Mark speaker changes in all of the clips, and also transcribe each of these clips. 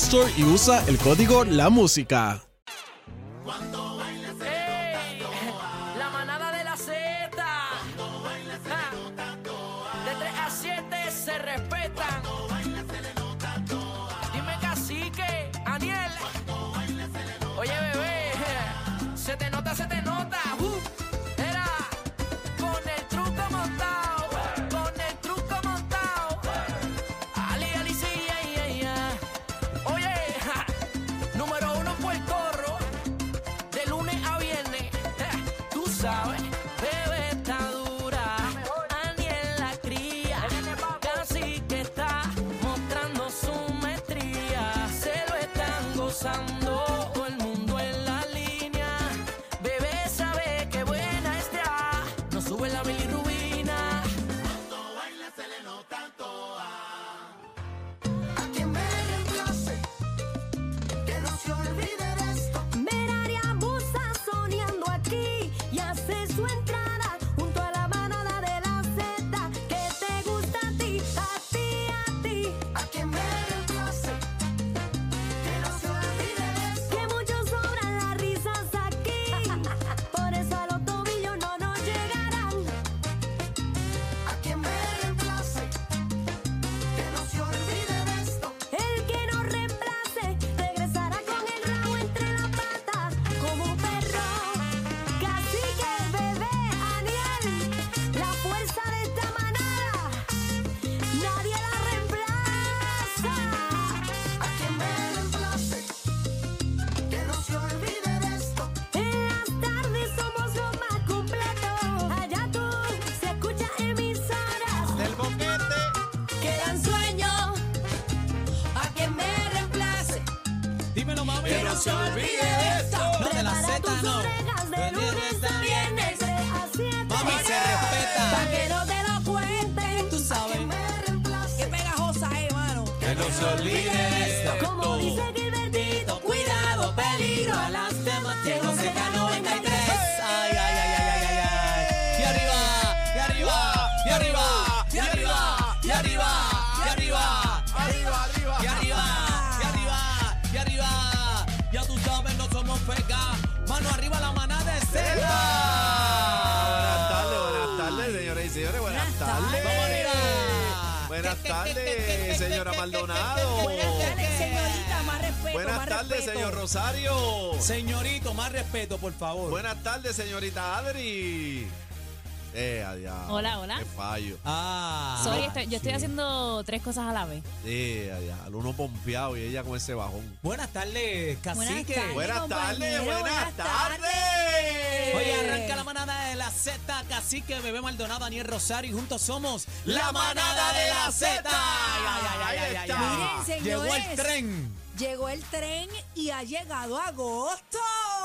Speaker 1: Store y usa el código La Música.
Speaker 2: ¡Ey! La manada de la Z. Ja. De 3 a 7 se respetan. Dime cacique, Aniel. Oye, bebé. je. Se te nota, se te nota. Uh, era con el truco montado. Con el truco montado. Ali, Ali, sí, ay, ay, ay. Oye, ja. número uno fue el corro. De lunes a viernes, eh, tú sabes, bebé está dura. Aniel la cría, casi que está mostrando su maestría. Se lo están gozando, todo el mundo en la línea. Bebé sabe que buena está, no sube la bilirrubina.
Speaker 3: Que me reemplace, que no se olvide de esto. Meraria abusa soñando aquí y hace su entrada junto a la manada de la Z. Que te gusta a ti, a ti, a ti. A que me reemplace, que no se olvide de esto. Que muchos sobran las risas aquí. Por eso a los tobillos no nos llegarán. A que me reemplace. Que no se olvide de esto. El que no reemplace regresará con el rabo entre la pata como un perro. Cacique, bebé, Aniel, la fuerza de esta manada, nadie la reemplaza. A quien me reemplace, que no se olvide de esto. En las tardes somos lo más completo. Allá tú se escucha emisoras. Quedan sueños a que me reemplace.
Speaker 4: Dímelo, mami.
Speaker 3: Que no se olvide de esto.
Speaker 4: No, de la
Speaker 3: Prepara
Speaker 4: Z
Speaker 3: tus
Speaker 4: no.
Speaker 3: orejas de
Speaker 4: De
Speaker 3: lunes
Speaker 4: lunes
Speaker 3: a
Speaker 4: a
Speaker 3: viernes. de a siete.
Speaker 4: Mami, se
Speaker 3: Pa'
Speaker 4: respeta.
Speaker 3: que no te lo cuenten.
Speaker 4: Tú sabes.
Speaker 3: A que me reemplace.
Speaker 2: pegajosa, eh, mano.
Speaker 4: Que no se olvide de esto.
Speaker 3: Como dice Gilbertito, cuidado, peligro a las demás.
Speaker 4: Llegó CK93. Ay, ay, ay, ay, ay, ay, ay. Y arriba, y arriba, y arriba, y arriba, y arriba, y arriba. Arriba, arriba. Y arriba, y arriba, y arriba. Ya tú sabes, no somos pecas. Mano arriba la manada de
Speaker 5: Buenas tardes,
Speaker 4: Z.
Speaker 5: buenas tardes, señores y señores, buenas tardes.
Speaker 4: Vamos arriba.
Speaker 5: Buenas tardes, señora Maldonado.
Speaker 6: Buenas tardes, señorita, más respeto.
Speaker 5: Buenas
Speaker 6: más
Speaker 5: tardes,
Speaker 6: respeto.
Speaker 5: señor Rosario.
Speaker 4: Señorito, más respeto, por favor.
Speaker 5: Buenas tardes, señorita Adri. Eh, adiós.
Speaker 6: Hola, hola.
Speaker 5: Qué fallo.
Speaker 4: Ah.
Speaker 6: Sorry, estoy- yo estoy
Speaker 5: sí.
Speaker 6: haciendo tres cosas a la vez.
Speaker 5: Eh, adiós. Al uno pompeado y ella con ese bajón.
Speaker 4: Buenas tardes, cacique.
Speaker 6: tardes.
Speaker 5: Buenas tardes,
Speaker 6: compañero,
Speaker 5: buenas
Speaker 6: buenas
Speaker 5: tardes.
Speaker 4: Oye, arranca la manada de la Z, Cacique, Bebé Maldonado, Daniel Rosario y juntos somos la manada de la Z. Ay, ay, ay, ay, ay, ay.
Speaker 5: Miren,
Speaker 6: señores.
Speaker 4: Llegó el tren.
Speaker 6: Llegó el tren y ha llegado agosto.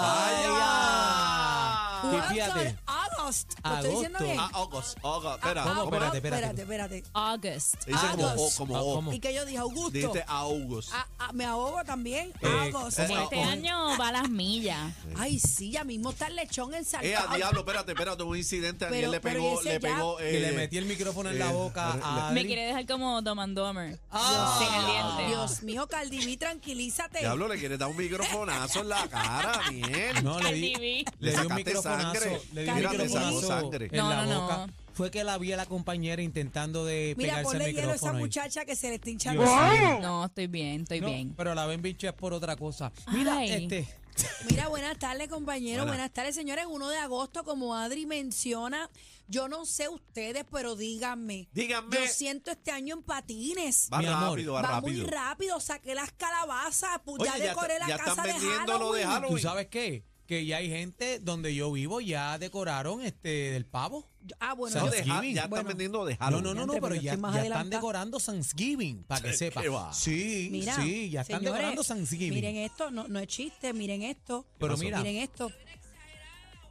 Speaker 4: Ay,
Speaker 5: ay.
Speaker 4: ay. Y fíjate,
Speaker 6: August.
Speaker 4: Lo estoy diciendo bien.
Speaker 5: Ah, Ogos, Ogos. Espera,
Speaker 4: ¿Cómo?
Speaker 5: ¿cómo era?
Speaker 4: Espérate, espérate.
Speaker 7: Espérate,
Speaker 6: August.
Speaker 5: Dice como O,
Speaker 7: Agos.
Speaker 5: como
Speaker 4: Ah,
Speaker 5: O.
Speaker 4: ¿cómo?
Speaker 7: y que yo dije Augusto.
Speaker 5: Dijiste August.
Speaker 7: Ah, ah, me ahogo también.
Speaker 4: Eh,
Speaker 7: Hago.
Speaker 5: eh, ah,
Speaker 6: Este
Speaker 5: oh.
Speaker 6: año va a las millas.
Speaker 7: Ay, sí, ya mismo está el lechón en
Speaker 5: Eh, a diablo, espérate, espérate, hubo un incidente, Daniel
Speaker 7: Pero-
Speaker 5: le
Speaker 7: pero
Speaker 5: pegó,
Speaker 7: ese ya-
Speaker 5: le pegó, eh,
Speaker 4: Y le metí el micrófono en la
Speaker 5: eh,
Speaker 4: boca a
Speaker 6: Me
Speaker 4: Adri.
Speaker 6: quiere dejar como Dom and Dumber.
Speaker 4: Ah.
Speaker 6: sin el diente.
Speaker 7: Dios mío, Caldiví, tranquilízate.
Speaker 5: diablo, le quiere dar un microfonazo en la cara, bien.
Speaker 4: No, le
Speaker 6: Cardi
Speaker 4: di,
Speaker 6: B.
Speaker 4: le di un
Speaker 5: sacaste
Speaker 4: microfonazo.
Speaker 5: sangre.
Speaker 4: Le di un
Speaker 5: Mira,
Speaker 7: Cardi B.
Speaker 5: te sacó
Speaker 4: microfonazo
Speaker 5: sangre.
Speaker 4: en
Speaker 6: No,
Speaker 4: la
Speaker 6: no, no.
Speaker 4: boca. fue que la vi a la compañera intentando de
Speaker 7: Mira,
Speaker 4: pegarse al
Speaker 7: ponle hielo a esa
Speaker 4: micrófono. y-
Speaker 7: muchacha que se le está hinchando.
Speaker 4: Dios mío.
Speaker 8: No, estoy bien, estoy
Speaker 4: No,
Speaker 8: bien.
Speaker 4: Pero la ven bicho es por otra cosa. Mira,
Speaker 8: Ay.
Speaker 4: este.
Speaker 7: Mira, buenas tardes, compañero.
Speaker 5: Buenas.
Speaker 7: Buenas. tardes, señores. 1 de agosto, como Adri menciona, yo no sé ustedes, pero díganme.
Speaker 5: Díganme.
Speaker 7: Yo siento este año en patines.
Speaker 5: Va
Speaker 4: Mi amor,
Speaker 5: rápido, va, rápido.
Speaker 7: muy rápido, saqué las calabazas, pues ya
Speaker 5: Oye, ya
Speaker 7: decoré
Speaker 5: está-
Speaker 7: la
Speaker 5: ya
Speaker 7: casa
Speaker 5: están
Speaker 7: de
Speaker 5: vendiendo lo de
Speaker 7: Halloween.
Speaker 5: Halloween.
Speaker 4: ¿Tú sabes qué? Que ya hay gente donde yo vivo, ya decoraron este del pavo.
Speaker 7: Ah, bueno,
Speaker 5: No,
Speaker 7: yo-
Speaker 5: de ha-
Speaker 4: Thanksgiving.
Speaker 5: ya están
Speaker 7: Bueno.
Speaker 5: vendiendo de
Speaker 4: No,
Speaker 5: Halloween.
Speaker 4: no, no, no,
Speaker 7: Antes,
Speaker 4: pero
Speaker 7: pero yo
Speaker 4: ya,
Speaker 7: estoy más
Speaker 4: ya están
Speaker 7: adelantada.
Speaker 4: decorando Thanksgiving, para que
Speaker 5: ¿Qué
Speaker 4: sepa.
Speaker 5: va?
Speaker 4: Sí,
Speaker 7: Mira,
Speaker 4: sí, ya están
Speaker 7: señores,
Speaker 4: decorando Thanksgiving.
Speaker 7: Miren eh. esto, no, no es chiste, miren esto.
Speaker 4: Pero
Speaker 5: pasó?
Speaker 4: mira,
Speaker 7: Miren esto.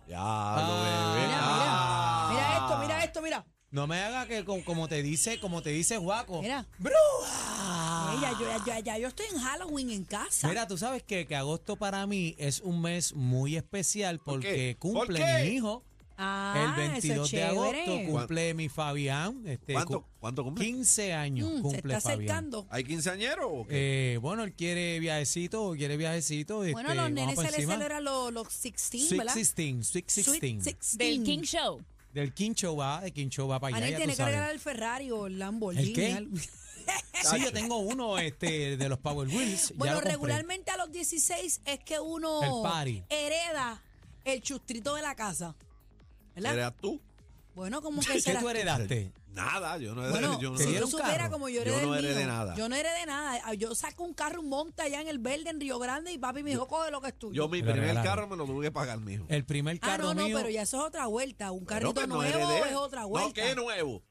Speaker 5: Ya, lo bebé.
Speaker 4: mira,
Speaker 5: Ah.
Speaker 7: Mira esto, mira esto, mira.
Speaker 4: no me haga que co- como te dice, como te dice Guaco.
Speaker 7: Mira.
Speaker 4: ¡Bruja!
Speaker 7: Ey, ya, yo, ya- ya- ya yo estoy en Halloween en casa.
Speaker 4: Ah. Mira, tú sabes que, que agosto para mí es un mes muy especial
Speaker 5: ¿Por
Speaker 4: porque
Speaker 5: qué?
Speaker 4: cumple
Speaker 5: ¿Por qué?
Speaker 4: mi hijo.
Speaker 7: ah,
Speaker 4: el
Speaker 7: eso
Speaker 4: 22
Speaker 7: es
Speaker 4: de
Speaker 7: chévere.
Speaker 4: agosto cumple mi Fabián. Este,
Speaker 5: ¿Cuánto,
Speaker 4: cu-
Speaker 5: ¿Cuánto cumple?
Speaker 4: 15 años
Speaker 7: Mm, se
Speaker 4: cumple
Speaker 7: está
Speaker 4: Fabián.
Speaker 7: acercando.
Speaker 5: ¿Hay quinceañero o qué?
Speaker 4: Eh, bueno, él quiere viajecito, quiere viajecito.
Speaker 7: bueno,
Speaker 4: este,
Speaker 7: los
Speaker 4: vamos
Speaker 7: nenes
Speaker 4: pa'
Speaker 7: se les
Speaker 4: encima.
Speaker 7: celebran los, los 16,
Speaker 4: Sweet
Speaker 7: ¿verdad?
Speaker 4: 16, Sweet
Speaker 7: Sweet
Speaker 4: 16.
Speaker 7: 16.
Speaker 8: Del King Show.
Speaker 4: Del Quincho va, de Quincho va para allá,
Speaker 7: Anel
Speaker 4: ya
Speaker 7: tiene
Speaker 4: tú
Speaker 7: que regalar
Speaker 4: sabes.
Speaker 7: el Ferrari o el Lamborghini.
Speaker 4: ¿El qué?
Speaker 7: algo.
Speaker 4: Sí, yo tengo uno este, de los Power Wheels. ya
Speaker 7: Bueno,
Speaker 4: lo compré.
Speaker 7: regularmente a los 16 es que
Speaker 4: El
Speaker 7: uno
Speaker 4: party.
Speaker 7: hereda el chustrito de la casa. ¿Verdad?
Speaker 5: ¿Eras tú?
Speaker 7: Bueno, como que
Speaker 4: ¿Qué
Speaker 7: será.
Speaker 4: tú heredaste?
Speaker 5: Nada, yo no heredé.
Speaker 7: Bueno,
Speaker 5: yo no
Speaker 4: ¿te
Speaker 7: si
Speaker 5: heredé.
Speaker 7: yo
Speaker 4: dieron
Speaker 7: supiera
Speaker 4: carro?
Speaker 7: como yo
Speaker 5: Yo
Speaker 7: heredé,
Speaker 5: no
Speaker 7: el
Speaker 5: heredé
Speaker 7: mío.
Speaker 5: nada.
Speaker 7: Yo no heredé nada. Ah, Yo saco un carro, un monta allá en el verde, en Río Grande, y papi me dijo, coge lo que es tuyo.
Speaker 5: Yo mi
Speaker 4: Te lo
Speaker 5: primer
Speaker 4: regalaron.
Speaker 5: carro me lo tuve que pagar, mijo.
Speaker 4: El primer
Speaker 7: ah,
Speaker 4: carro
Speaker 7: no, no,
Speaker 4: mío.
Speaker 7: pero ya eso es otra vuelta. Un
Speaker 5: Pero
Speaker 7: carrito
Speaker 5: que pues no
Speaker 7: nuevo
Speaker 5: heredé.
Speaker 7: es otra vuelta.
Speaker 5: No, ¿qué nuevo?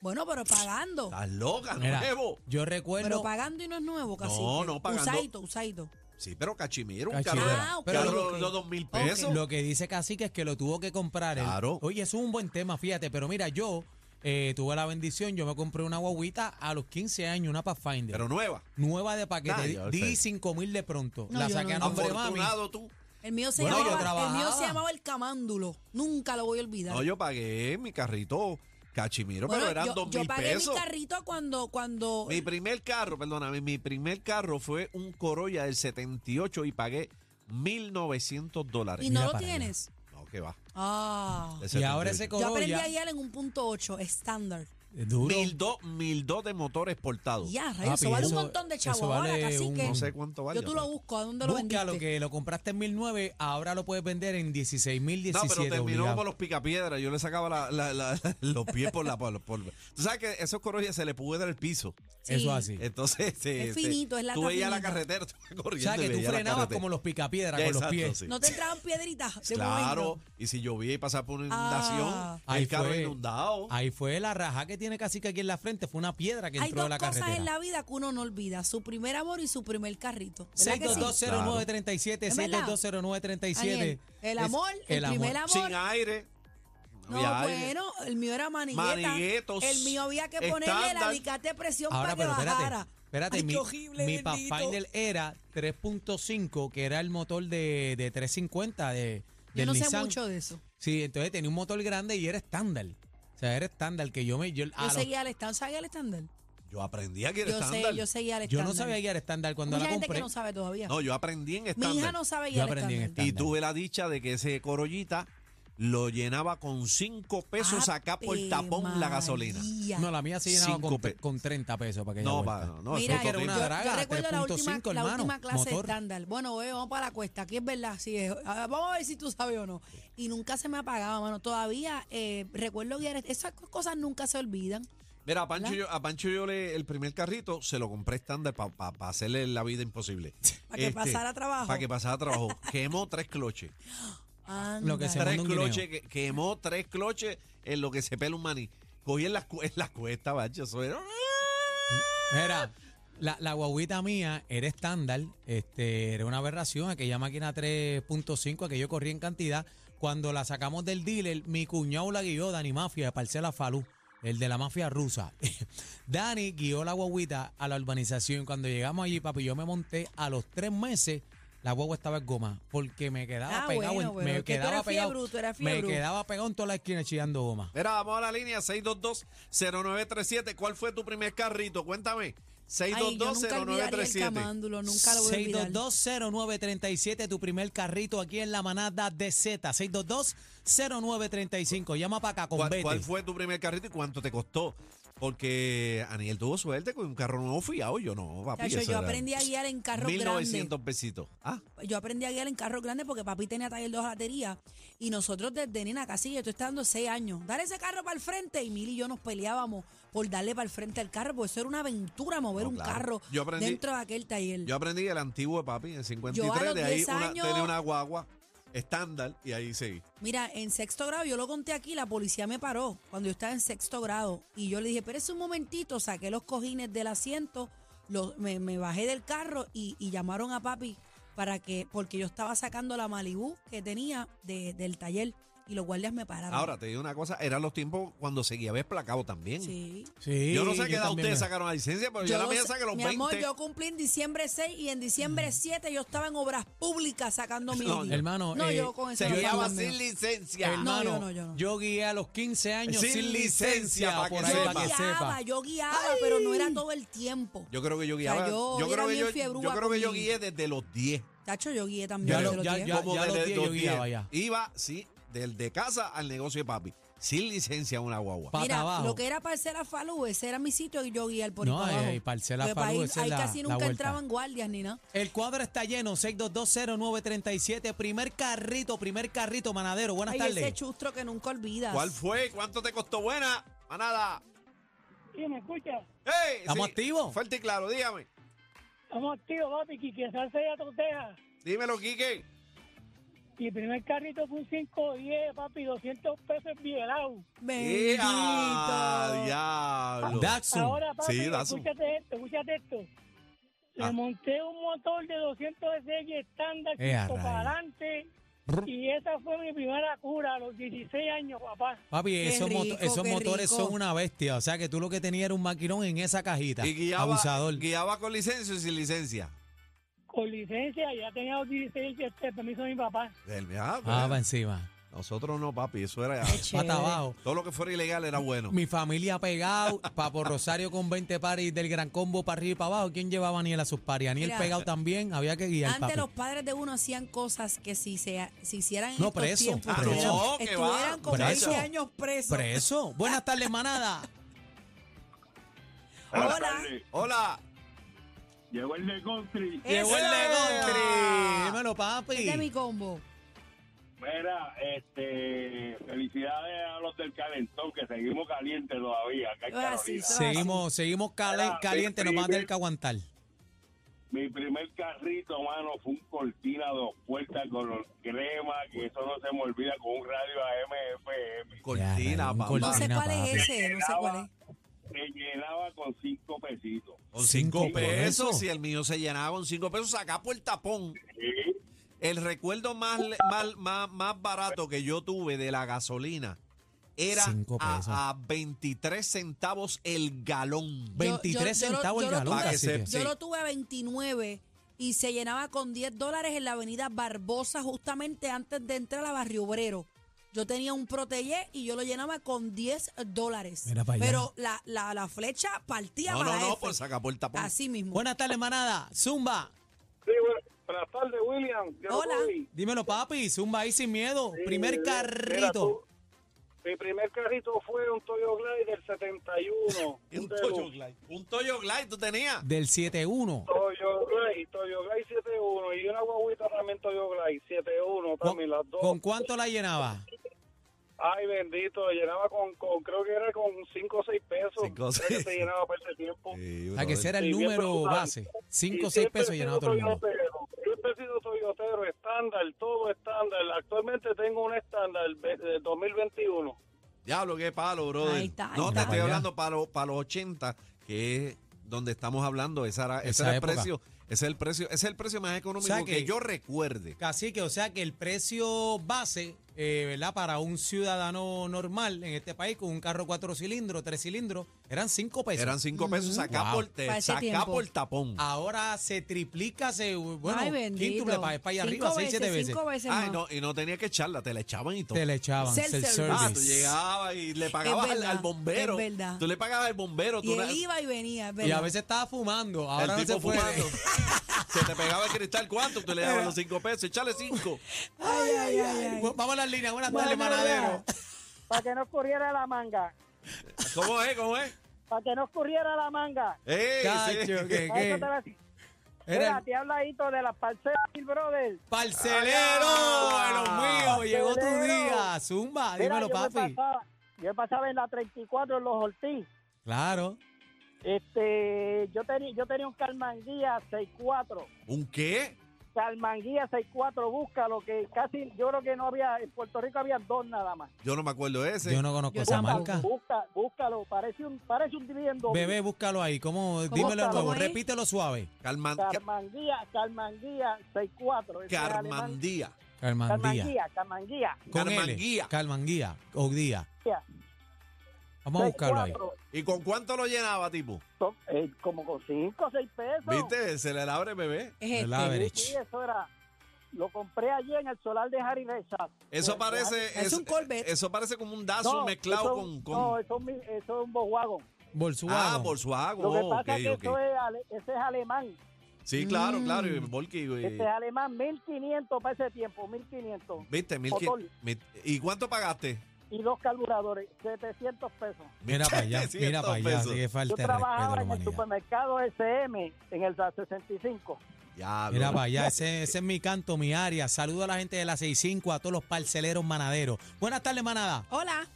Speaker 7: Bueno, pero pagando.
Speaker 5: Estás loca,
Speaker 4: Mira,
Speaker 5: nuevo.
Speaker 4: yo recuerdo.
Speaker 7: Pero pagando y no es nuevo, casi.
Speaker 5: no, pagando.
Speaker 7: Usadito, usadito.
Speaker 5: Sí, pero cachimiro, un
Speaker 4: Cachimiro.
Speaker 5: carro.
Speaker 7: Ah, ok.
Speaker 5: Pero
Speaker 7: Pero-
Speaker 5: los- los dos mil
Speaker 7: Ok.
Speaker 5: pesos.
Speaker 4: Lo que dice Cacique es que lo tuvo que comprar. él.
Speaker 5: Claro.
Speaker 4: Oye, eso es un buen tema, fíjate. Pero mira, yo eh, tuve la bendición, yo me compré una guaguita a los 15 años, una Pathfinder.
Speaker 5: Pero nueva.
Speaker 4: nueva de paquete.
Speaker 5: Nah,
Speaker 4: di-
Speaker 5: yo
Speaker 4: di
Speaker 5: sé.
Speaker 4: 5 mil de pronto.
Speaker 7: No,
Speaker 4: la
Speaker 7: yo
Speaker 4: saqué
Speaker 7: no,
Speaker 4: a
Speaker 7: no.
Speaker 4: nombre de mami.
Speaker 5: Afortunado tú.
Speaker 7: El mío, se
Speaker 4: Bueno, yo
Speaker 7: llamaba, el mío
Speaker 4: trabajaba.
Speaker 7: se llamaba el camándulo. Nunca lo voy a olvidar.
Speaker 5: No, yo pagué mi carrito cachimiro,
Speaker 7: Bueno,
Speaker 5: pero eran
Speaker 7: yo,
Speaker 5: dos
Speaker 7: yo
Speaker 5: mil
Speaker 7: pagué
Speaker 5: pesos.
Speaker 7: mi carrito cuando, cuando
Speaker 5: Mi primer carro, perdóname, mi primer carro fue un Corolla del 78 y pagué 1.900 dólares.
Speaker 7: y no
Speaker 4: Mira
Speaker 7: lo
Speaker 4: para allá.
Speaker 7: tienes.
Speaker 5: No, que va.
Speaker 7: Ah.
Speaker 5: del
Speaker 4: Y
Speaker 5: 78.
Speaker 4: ahora ese
Speaker 7: Yo aprendí
Speaker 4: Corolla.
Speaker 7: a guiar en un punto 8, estándar.
Speaker 4: es Duro.
Speaker 5: Mil dos- mil dos de motor exportado.
Speaker 7: Ya, rayos, eso
Speaker 4: Papi,
Speaker 7: vale
Speaker 4: eso-
Speaker 7: un montón de
Speaker 4: eso
Speaker 7: chavos ahora,
Speaker 4: vale
Speaker 7: casi
Speaker 4: un-
Speaker 7: que.
Speaker 5: Oh, No sé cuánto vale.
Speaker 7: yo tú lo busco, ¿a dónde lo
Speaker 4: Busca lo
Speaker 7: vendiste?
Speaker 4: que lo compraste en 1009, ahora lo puedes vender en 16 mil,
Speaker 5: No,
Speaker 4: 17
Speaker 5: pero terminó
Speaker 4: obligado.
Speaker 5: con los picapiedras. Yo le sacaba la- la- la- los pies por la. Por, por- Tú sabes que esos corollas se le pudre el piso.
Speaker 7: Sí.
Speaker 4: Eso así.
Speaker 5: Entonces, se-
Speaker 7: Es
Speaker 5: se-
Speaker 7: finito, es lata
Speaker 5: Tú veías la
Speaker 7: finita.
Speaker 5: carretera, tú ibas
Speaker 4: O
Speaker 5: corriendo.
Speaker 4: sea,
Speaker 5: y
Speaker 4: que tú
Speaker 5: veías la
Speaker 4: frenabas
Speaker 5: carretera.
Speaker 4: como los picapiedras con los
Speaker 5: Exacto,
Speaker 4: pies.
Speaker 5: sí.
Speaker 7: No te entraban piedritas. de
Speaker 5: Claro,
Speaker 7: momento.
Speaker 5: y si llovía y pasaba por una
Speaker 7: Ah.
Speaker 5: inundación,
Speaker 4: Ahí
Speaker 5: el carro
Speaker 4: fue.
Speaker 5: inundado.
Speaker 4: Ahí fue la raja que tiene Cacique aquí en la frente, fue una piedra que
Speaker 7: Hay
Speaker 4: entró
Speaker 7: dos
Speaker 4: a la
Speaker 7: cosas
Speaker 4: carretera.
Speaker 7: en la vida que uno no olvida: su primer amor y su primer carrito. ¿Verdad que sí?
Speaker 4: 6220937,
Speaker 7: ¿Es verdad?
Speaker 4: 6220937.
Speaker 7: Aniel, el amor,
Speaker 4: Es
Speaker 7: el, primer amor.
Speaker 5: Sin aire.
Speaker 7: No,
Speaker 5: había aire.
Speaker 7: bueno, el mío era manigueta.
Speaker 5: Maniguetos.
Speaker 7: El mío había que ponerle el
Speaker 5: Estándar.
Speaker 7: alicate de presión para
Speaker 4: Ahora, pero
Speaker 7: que
Speaker 4: espérate,
Speaker 7: bajara.
Speaker 4: espérate,
Speaker 7: Ay,
Speaker 4: mi,
Speaker 7: qué horrible,
Speaker 4: mi
Speaker 7: bendito.
Speaker 4: Pathfinder era 3.5, que era el motor de, de 350 de,
Speaker 7: Yo
Speaker 4: del
Speaker 7: no sé
Speaker 4: Nissan.
Speaker 7: mucho de eso.
Speaker 4: Sí, entonces tenía un motor grande y era estándar. O sea, era estándar que yo me... Yo, a
Speaker 7: Yo
Speaker 4: los-
Speaker 7: seguía al estándar. ¿Sabía el estándar?
Speaker 5: Yo aprendí a que era
Speaker 7: Yo
Speaker 5: estándar.
Speaker 7: sé, yo seguía al
Speaker 4: yo
Speaker 7: estándar.
Speaker 4: no sabía guiar estándar cuando
Speaker 7: Mucha
Speaker 4: la
Speaker 7: gente que
Speaker 4: compré.
Speaker 7: no sabe todavía.
Speaker 5: No, yo aprendí en
Speaker 7: Mi
Speaker 5: estándar.
Speaker 7: hija no sabe
Speaker 4: Yo
Speaker 7: guiar
Speaker 4: aprendí en
Speaker 7: estándar.
Speaker 5: Y
Speaker 4: estándar.
Speaker 5: tuve la dicha de que ese corollita lo llenaba con 5 pesos acá por
Speaker 7: Ave
Speaker 5: tapón la gasolina.
Speaker 7: Ah, María.
Speaker 4: No, la mía se llenaba
Speaker 5: Cinco
Speaker 4: con,
Speaker 5: pe-
Speaker 4: con 30 pesos para que
Speaker 5: No,
Speaker 4: para
Speaker 5: pa, no, no,
Speaker 7: Mira,
Speaker 5: eso
Speaker 4: era una
Speaker 7: yo, yo
Speaker 4: draga,
Speaker 7: recuerdo la última,
Speaker 4: 3.5,
Speaker 7: la última
Speaker 4: hermano,
Speaker 7: clase de
Speaker 4: motor.
Speaker 7: estándar. Bueno, bebé, vamos para la cuesta. Aquí es verdad, sí es. Ah, Vamos a ver si tú sabes o no. Y nunca se me apagaba, mano. Todavía eh, recuerdo guiar. Esas cosas nunca se olvidan.
Speaker 5: Mira, a Pancho, yo, a Pancho yo le, el primer carrito se lo compré estándar para hacerle la vida imposible.
Speaker 7: Pa' que pasara trabajo.
Speaker 5: Para Este, que pasara trabajo. Quemó tres cloches.
Speaker 7: Anda.
Speaker 4: Lo que se-
Speaker 5: tres
Speaker 4: manda un guineo.
Speaker 5: cloches, que- quemó tres cloches en lo que se pela un maní. Cogí en las cu- en la cuesta, bacho. Eso era-
Speaker 4: Mira, la, la guaguita mía era estándar, este, era una aberración, aquella máquina 3.5, aquello corría en cantidad. Cuando la sacamos del dealer, mi cuñado la guió, Dani Mafia, de Parcela Falú, el de la mafia rusa. Dani guió la guaguita a la urbanización. Cuando llegamos allí, papi, yo me monté a los tres meses. La guagua estaba en goma porque me quedaba
Speaker 7: Ah,
Speaker 4: pegado.
Speaker 7: bueno,
Speaker 4: en-
Speaker 7: bueno,
Speaker 4: me
Speaker 7: que tú eras
Speaker 4: quedaba pegado.
Speaker 7: fiebre, tú eras
Speaker 4: me
Speaker 7: fiebre.
Speaker 4: quedaba pegado en toda la esquina chillando goma.
Speaker 5: Mira, vamos a la línea 622-0937. ¿Cuál fue tu primer carrito? Cuéntame.
Speaker 7: Ay, yo nunca olvidaría el
Speaker 5: 6220937.
Speaker 7: camándulo, nunca lo voy a olvidar.
Speaker 4: 6220937, tu primer carrito aquí en la manada de Z. 6220935. Llama para acá con
Speaker 5: ¿Cuál,
Speaker 4: Vete.
Speaker 5: cuál fue tu primer carrito y cuánto te costó? Porque Aniel tuvo suerte con un carro nuevo fiado. Yo no, papi.
Speaker 7: Chacho,
Speaker 5: eso
Speaker 7: yo
Speaker 5: era
Speaker 7: aprendí a guiar en carros
Speaker 5: 1900 pesitos. Ah,
Speaker 7: grandes. Yo aprendí a guiar en carros grandes porque papi tenía taller de hojalatería y nosotros desde nena casi, yo estoy dando seis años, dar ese carro para el frente y Mili y yo nos peleábamos por darle para el frente al carro porque eso era una aventura mover
Speaker 5: No,
Speaker 7: un
Speaker 5: claro.
Speaker 7: carro
Speaker 5: Yo aprendí-
Speaker 7: dentro de aquel taller.
Speaker 5: yo aprendí el antiguo de papi en
Speaker 7: Yo
Speaker 5: 53.
Speaker 7: a los
Speaker 5: de ahí
Speaker 7: 10
Speaker 5: una,
Speaker 7: años-
Speaker 5: tenía una guagua estándar y ahí seguí.
Speaker 7: Mira, en sexto grado, yo lo conté aquí, la policía me paró cuando yo estaba en sexto grado y yo le dije, pero es un momentito, saqué los cojines del asiento, los- me, me bajé del carro y, y llamaron a papi para que, porque yo estaba sacando la Malibú que tenía de- del taller y los guardias me pararon.
Speaker 5: Ahora, te digo una cosa, eran los tiempos cuando seguía ves placado también.
Speaker 7: sí.
Speaker 4: Sí,
Speaker 5: Yo no sé qué edad
Speaker 4: también
Speaker 5: ustedes
Speaker 4: me-
Speaker 5: sacaron la licencia, pero yo, la mía
Speaker 7: sé-
Speaker 5: saqué a los
Speaker 7: mi
Speaker 5: 20.
Speaker 7: amor, yo cumplí en diciembre 6 y en diciembre 7 yo estaba en obras públicas sacando mi
Speaker 5: No,
Speaker 7: ID.
Speaker 4: hermano,
Speaker 7: No,
Speaker 4: eh,
Speaker 7: yo con eso
Speaker 5: Se
Speaker 7: no
Speaker 5: guiaba
Speaker 7: puedo,
Speaker 5: sin
Speaker 7: mío.
Speaker 5: licencia.
Speaker 7: No,
Speaker 4: Hermano,
Speaker 7: yo no, yo no.
Speaker 4: guié a los 15 años
Speaker 5: Sin
Speaker 4: sin,
Speaker 5: licencia,
Speaker 4: licencia,
Speaker 5: pa'
Speaker 4: por
Speaker 5: que
Speaker 7: Yo
Speaker 4: ahí
Speaker 5: sepa.
Speaker 4: para que
Speaker 7: guiaba,
Speaker 4: sepa.
Speaker 7: yo guiaba, pero no era todo el tiempo.
Speaker 5: Yo creo que yo
Speaker 7: sea,
Speaker 5: guiaba.
Speaker 7: yo
Speaker 5: yo,
Speaker 7: era
Speaker 5: creo que
Speaker 7: bien
Speaker 5: yo,
Speaker 7: fiebrúa
Speaker 5: yo creo que yo
Speaker 7: con mi-
Speaker 5: guié desde los 10.
Speaker 7: Tacho, yo guié también.
Speaker 4: Ya
Speaker 7: desde
Speaker 4: lo-
Speaker 7: los
Speaker 4: ya-
Speaker 7: 10.
Speaker 4: ya- a los
Speaker 5: desde
Speaker 4: 10 yo guiaba ya.
Speaker 5: Iba, sí, del de casa al negocio de papi. Sin licencia una guagua.
Speaker 4: Pa- pata
Speaker 7: Mira,
Speaker 4: abajo.
Speaker 7: lo que era parcela Falú, ese era mi sitio y yo guía el por
Speaker 4: No,
Speaker 7: ahí para
Speaker 4: ahí-
Speaker 7: abajo.
Speaker 4: ahí Parcela
Speaker 7: Porque para
Speaker 4: Falú,
Speaker 7: ahí-
Speaker 4: esa es
Speaker 7: ahí
Speaker 4: la-
Speaker 7: casi
Speaker 4: la
Speaker 7: nunca
Speaker 4: vuelta.
Speaker 7: entraban guardias ni nada.
Speaker 4: El cuadro está lleno, 6220937, primer carrito, primer carrito, manadero. Buenas
Speaker 7: Ay, ese
Speaker 4: tardes.
Speaker 7: chustro que nunca olvidas.
Speaker 5: ¿Cuál fue? ¿Cuánto te costó buena? Manada.
Speaker 8: Sí, me escucha.
Speaker 5: ¡Ey!
Speaker 4: ¿Estamos activos?
Speaker 5: Fuerte y claro, dígame.
Speaker 8: Somos tíos, papi, que quizás sea toteja.
Speaker 5: Dímelo, Quique.
Speaker 8: Mi primer carrito fue un 510, papi, 200 pesos bielado.
Speaker 7: Bendito. Ah,
Speaker 5: ¡Ea, Eh, ah, diablo!
Speaker 4: Datsun.
Speaker 8: Ahora, papi,
Speaker 5: Sí, Dazu.
Speaker 8: escúchate esto, escúchate esto. Le
Speaker 5: Ah.
Speaker 8: monté un motor de 200 SX estándar,
Speaker 4: Eh, a
Speaker 8: cinco
Speaker 4: rayos.
Speaker 8: para adelante. Y esa fue mi primera cura a los 16 años, papá.
Speaker 4: Papi, esos,
Speaker 7: rico,
Speaker 4: moto- esos
Speaker 7: qué
Speaker 4: motores
Speaker 7: rico.
Speaker 4: son una bestia. O sea que tú lo que tenías era un maquinón en esa cajita.
Speaker 5: Y guiaba,
Speaker 4: Abusador.
Speaker 5: guiaba con licencia y sin licencia.
Speaker 8: Con licencia, ya tenía los 16 y este permiso de mi papá.
Speaker 5: Él, ah,
Speaker 4: Ah, va
Speaker 5: pues,
Speaker 4: encima.
Speaker 5: Nosotros no, papi. Eso era.
Speaker 4: Pata abajo.
Speaker 5: Todo lo que fuera ilegal era bueno.
Speaker 4: Mi familia pegado, Papo Rosario con 20 paris del Gran Combo para arriba y para abajo. ¿Quién llevaba a Aniel a sus paris? Aniel
Speaker 7: Mira.
Speaker 4: pegado también, había que guiar,
Speaker 7: Antes
Speaker 4: papi.
Speaker 7: los padres de uno hacían cosas que si se, si hicieran en
Speaker 4: No,
Speaker 7: estos
Speaker 4: preso,
Speaker 7: tiempos
Speaker 4: preso.
Speaker 7: estuvieran-
Speaker 5: No, que va,
Speaker 7: estuvieran con
Speaker 4: preso.
Speaker 7: 20 años presos.
Speaker 4: Preso. Buenas tardes, manada.
Speaker 7: Hola.
Speaker 5: Hola.
Speaker 8: Llegó el de country.
Speaker 4: Llegó el de country. Dímelo,
Speaker 7: Este es mi
Speaker 4: papi.
Speaker 7: combo.
Speaker 8: Mira, este, felicidades a los del calentón, que seguimos calientes todavía. Acá en
Speaker 7: Ah, sí,
Speaker 8: Carolina.
Speaker 7: sí.
Speaker 4: Seguimos, seguimos cale-
Speaker 8: Era
Speaker 4: caliente, no más
Speaker 8: terrible.
Speaker 4: del que aguantar.
Speaker 8: Mi primer carrito, mano, fue un cortina dos puertas color crema, que eso no se me olvida con un radio AMFM.
Speaker 4: Ya,
Speaker 5: Cortina,
Speaker 4: un
Speaker 5: papá.
Speaker 7: No sé
Speaker 4: Cortina,
Speaker 7: cuál
Speaker 4: papi.
Speaker 7: es ese, no sé cuál es.
Speaker 8: Se llenaba con cinco pesitos.
Speaker 5: Con cinco
Speaker 4: ¿Cinco
Speaker 5: pesos.
Speaker 4: pesos?
Speaker 5: Si el mío se llenaba con cinco pesos, sacaba por el tapón.
Speaker 8: Sí.
Speaker 5: El recuerdo más, le- más, más, más barato que yo tuve de la gasolina era
Speaker 4: Cinco pesos.
Speaker 5: a, a 23 centavos el galón.
Speaker 7: Ve-
Speaker 4: 23
Speaker 7: yo lo-
Speaker 4: centavos
Speaker 7: yo
Speaker 4: el
Speaker 7: lo
Speaker 4: galón,
Speaker 5: tuve.
Speaker 4: cacique.
Speaker 7: Yo
Speaker 5: Sí.
Speaker 7: lo tuve a 29 y se llenaba con 10 dólares en la avenida Barbosa, justamente antes de entrar a Barrio Obrero. Yo tenía un protellé y yo lo llenaba con 10 dólares.
Speaker 4: Mira pa' allá.
Speaker 7: Pero la, la, la flecha partía
Speaker 5: No,
Speaker 7: para
Speaker 5: no, no,
Speaker 7: F.
Speaker 5: por sacar por el tapón.
Speaker 7: Así mismo.
Speaker 4: Buenas tardes, manada. Zumba.
Speaker 8: buenas tardes, William.
Speaker 7: lo Hola. voy.
Speaker 4: Dímelo, papi. Zumba ahí sin miedo. Primer carrito.
Speaker 8: mi primer carrito fue un Toyo Glide del 71.
Speaker 5: Un Toyo Glide. Un Toyo Glide tú tenías.
Speaker 4: Del 7-1.
Speaker 8: Toyo Glide, Toyo Glide 71 y una guaguita también Toyo Glide 71
Speaker 4: ¿Con,
Speaker 8: también las dos.
Speaker 4: con cuánto la llenaba?
Speaker 8: Ay, bendito, llenaba con, con- creo que era con 5 o 6 pesos.
Speaker 5: Cinco o
Speaker 8: Era que
Speaker 5: seis.
Speaker 8: se llenaba para ese tiempo.
Speaker 4: A que ese era el
Speaker 8: Sí, bien
Speaker 4: número
Speaker 8: brutal.
Speaker 4: base. 5 o 6 pesos llenaba todo el mundo.
Speaker 8: Siempre he sido toyotero, estándar, todo estándar. Actualmente tengo un estándar eh, de- del 2021.
Speaker 5: Diablo, qué palo, brother.
Speaker 7: Ahí está, ahí
Speaker 5: no,
Speaker 7: está.
Speaker 5: te estoy
Speaker 4: Allá.
Speaker 5: hablando para, lo- para los 80, que es donde estamos hablando. Esa era- ese
Speaker 4: Esa
Speaker 5: era el
Speaker 4: época.
Speaker 5: precio. Ese es el precio, ese es el precio más económico
Speaker 4: O sea
Speaker 5: que,
Speaker 4: que-
Speaker 5: yo recuerde.
Speaker 4: Cacique, o sea que el precio base, eh, ¿verdad? Para un ciudadano normal en este país con un carro cuatro cilindros, tres cilindros, Eran cinco pesos.
Speaker 5: Eran cinco pesos acá
Speaker 4: Mm, Wow.
Speaker 5: por, te-
Speaker 7: Para ese
Speaker 5: sacá
Speaker 7: tiempo. Ah,
Speaker 5: por tapón.
Speaker 4: Ahora se triplica, se, bueno,
Speaker 7: Ay, bendito.
Speaker 4: quíntuple para, allá arriba,
Speaker 7: Cinco
Speaker 4: seis, siete
Speaker 7: veces,
Speaker 4: veces.
Speaker 7: Cinco veces
Speaker 5: Ay,
Speaker 7: más.
Speaker 5: no, Ah, y no tenía que echarla, te la echaban y todo.
Speaker 4: Te le echaban
Speaker 7: Self
Speaker 4: self-service.
Speaker 5: Ah, tú llegabas y le pagabas al-
Speaker 7: verdad,
Speaker 5: al bombero.
Speaker 7: es verdad.
Speaker 5: Tú le pagabas al bombero. Tú
Speaker 7: Y
Speaker 5: la-
Speaker 7: él iba y venía, es ¿verdad?
Speaker 4: Y a veces estaba fumando, ahora
Speaker 5: el
Speaker 4: no
Speaker 5: tipo
Speaker 4: se puede.
Speaker 5: fumando. se te pegaba el cristal, ¿cuánto? Tú le dabas los cinco pesos, echale cinco.
Speaker 7: Ay, ay, ay, ay.
Speaker 4: Bu- Vamos a las líneas, buenas tardes,
Speaker 9: Buenas,
Speaker 4: manadero.
Speaker 9: Para que no corriera la manga.
Speaker 5: ¿Cómo es? ¿Cómo es?
Speaker 9: Para que no corriera la manga.
Speaker 5: ¡Ey! sí.
Speaker 4: Cacho, que,
Speaker 9: Para eso
Speaker 4: que.
Speaker 9: te la- Mira,
Speaker 4: Era
Speaker 9: te habla Hito de las parcelas, Bill Brothers.
Speaker 4: parcelero, a los míos, llegó tu
Speaker 9: Parcelero.
Speaker 4: día.
Speaker 9: Mira,
Speaker 4: Zumba, Ah,
Speaker 9: yo
Speaker 4: dímelo,
Speaker 9: me
Speaker 4: papi.
Speaker 9: pasaba- yo pasaba en la 34 en los Ortiz.
Speaker 4: Claro.
Speaker 9: Este, yo tenía, yo tenía un Calmanguía 64.
Speaker 5: ¿Un qué?
Speaker 9: Calmanguía 64, búscalo, que casi, yo creo que no había, en Puerto Rico había dos nada más.
Speaker 5: Yo no me acuerdo de ese.
Speaker 4: Yo no conozco
Speaker 7: Yo
Speaker 4: esa
Speaker 7: tampoco.
Speaker 4: marca.
Speaker 9: Busca, búscalo, parece un, parece un dividendo.
Speaker 4: Ah. Bebé, búscalo ahí. ¿Cómo? Dímelo de
Speaker 9: está?
Speaker 4: nuevo,
Speaker 7: ¿Cómo es?
Speaker 4: repítelo suave.
Speaker 5: Calman- Ca-
Speaker 9: Calmanguía, Calmanguía 64. ese es alemán.
Speaker 5: Carmandía.
Speaker 4: Calmandía.
Speaker 9: Calmanguía, Calmanguía.
Speaker 4: Con L.
Speaker 5: Carmanguía.
Speaker 4: Calmanguía. O día.
Speaker 9: Ya.
Speaker 4: Vamos a buscarlo ahí.
Speaker 9: 64.
Speaker 5: ¿Y con cuánto lo llenaba, tipo?
Speaker 9: Son, eh, como con 5 o 6 pesos.
Speaker 5: ¿Viste? Se le abre bebé.
Speaker 7: Es
Speaker 4: El
Speaker 7: este.
Speaker 9: Sí,
Speaker 4: average.
Speaker 9: sí, eso era. Lo compré allí en el solar de Harry Reza. Eh,
Speaker 5: Eso parece.
Speaker 7: Es un Corvette.
Speaker 5: Eso parece como un Datsun mezclado
Speaker 9: eso-
Speaker 5: con. con-
Speaker 9: No, eso, es mi- eso es un Volkswagen.
Speaker 5: ah,
Speaker 4: Volkswagen.
Speaker 5: por su agua.
Speaker 9: Lo que
Speaker 5: Oh,
Speaker 9: pasa
Speaker 5: ok,
Speaker 9: es que
Speaker 5: ok.
Speaker 9: eso es ale- ese es alemán.
Speaker 5: Sí, claro, claro. Y Volky, eh,
Speaker 9: Ese es alemán, 1500 para ese tiempo, 1500.
Speaker 5: ¿Viste? Mil quin-
Speaker 9: Motor.
Speaker 5: mil- ¿Y cuánto pagaste?
Speaker 9: Y dos carburadores, 700 pesos.
Speaker 4: Mira para allá,
Speaker 5: 700
Speaker 4: mira para allá.
Speaker 5: pesos.
Speaker 4: Así que
Speaker 9: Yo
Speaker 4: falta de respeto a
Speaker 9: trabajaba
Speaker 4: la
Speaker 9: en el
Speaker 4: humanidad.
Speaker 9: supermercado SM, en el 65.
Speaker 5: Ya,
Speaker 4: Mira
Speaker 5: bro.
Speaker 4: para allá, ese, ese es mi canto, mi área. Saludo a la gente de la 65, a todos los parceleros manaderos. Buenas tardes, manada.
Speaker 7: Hola.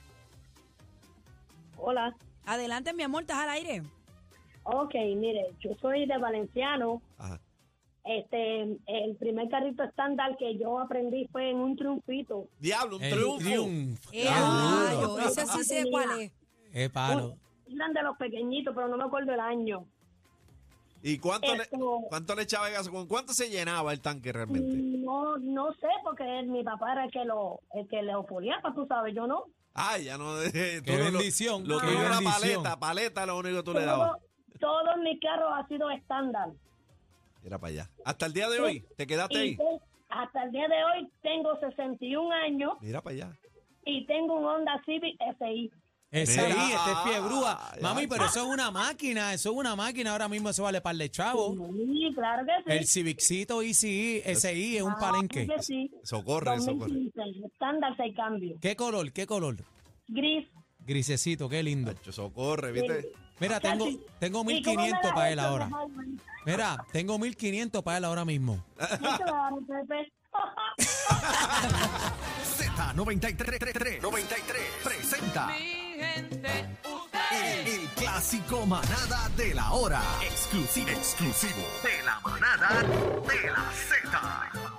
Speaker 10: Hola.
Speaker 7: Adelante, mi amor, estás al aire.
Speaker 10: Ok, mire, yo soy de Valenciano.
Speaker 5: Ajá.
Speaker 10: Este, el primer carrito estándar que yo aprendí fue en un triunfito.
Speaker 5: Diablo, un
Speaker 4: El
Speaker 5: triunfo.
Speaker 4: triunfo.
Speaker 7: Eh,
Speaker 5: Ah,
Speaker 7: rayo,
Speaker 5: duro.
Speaker 7: ese sí sé cuál es.
Speaker 4: Eh, palo.
Speaker 10: Eran de los pequeñitos, pero no me acuerdo el año.
Speaker 5: ¿Y cuánto le,
Speaker 10: Esto-
Speaker 5: cuánto le echaba de gaso? ¿Con cuánto se llenaba el tanque realmente?
Speaker 10: No, no sé, porque mi papá era el que lo, el que lo foliaba, tú sabes, yo no.
Speaker 5: Ay, ya no. Qué
Speaker 4: Qué bendición,
Speaker 5: Lo,
Speaker 4: qué
Speaker 5: que era
Speaker 4: bendición.
Speaker 5: paleta, paleta, lo único que tú le dabas.
Speaker 10: Todo, todos mis carros han sido estándar.
Speaker 5: Era para allá. Hasta el día de hoy, te quedaste
Speaker 10: Y
Speaker 5: ahí.
Speaker 10: te- hasta el día de hoy tengo 61 años
Speaker 5: Mira para allá.
Speaker 10: y tengo un Honda Civic SI.
Speaker 4: Ese
Speaker 5: Mira.
Speaker 4: ahí, este es fiebrúa.
Speaker 5: Ay,
Speaker 4: Mami,
Speaker 5: ay,
Speaker 4: pero eso es una máquina, eso es una máquina. Ahora mismo eso vale par de chavo.
Speaker 10: Sí, claro que
Speaker 4: El
Speaker 10: sí.
Speaker 4: Civicito ICI, SI es
Speaker 10: Ah.
Speaker 4: un palenque.
Speaker 10: Claro que sí.
Speaker 5: Socorre, socorre.
Speaker 10: 2015, estándar seis cambios.
Speaker 4: ¿Qué color? ¿Qué color?
Speaker 10: Gris.
Speaker 4: Grisecito, qué lindo.
Speaker 5: Nacho, socorre, ¿viste?
Speaker 4: Mira, tengo,
Speaker 10: Casi.
Speaker 4: tengo
Speaker 10: ¿Y cómo me
Speaker 4: 1500
Speaker 10: la
Speaker 4: para
Speaker 10: he
Speaker 4: él
Speaker 10: hecho,
Speaker 4: ahora.
Speaker 10: joven?
Speaker 4: Mira, tengo 1500 para él ahora mismo.
Speaker 10: Yo te la daré, Pepe.
Speaker 11: Z93 93 presenta
Speaker 2: Mi gente,
Speaker 11: el,
Speaker 2: ustedes.
Speaker 11: el clásico manada de la hora. Exclusivo. Exclusivo. De la manada de la Z.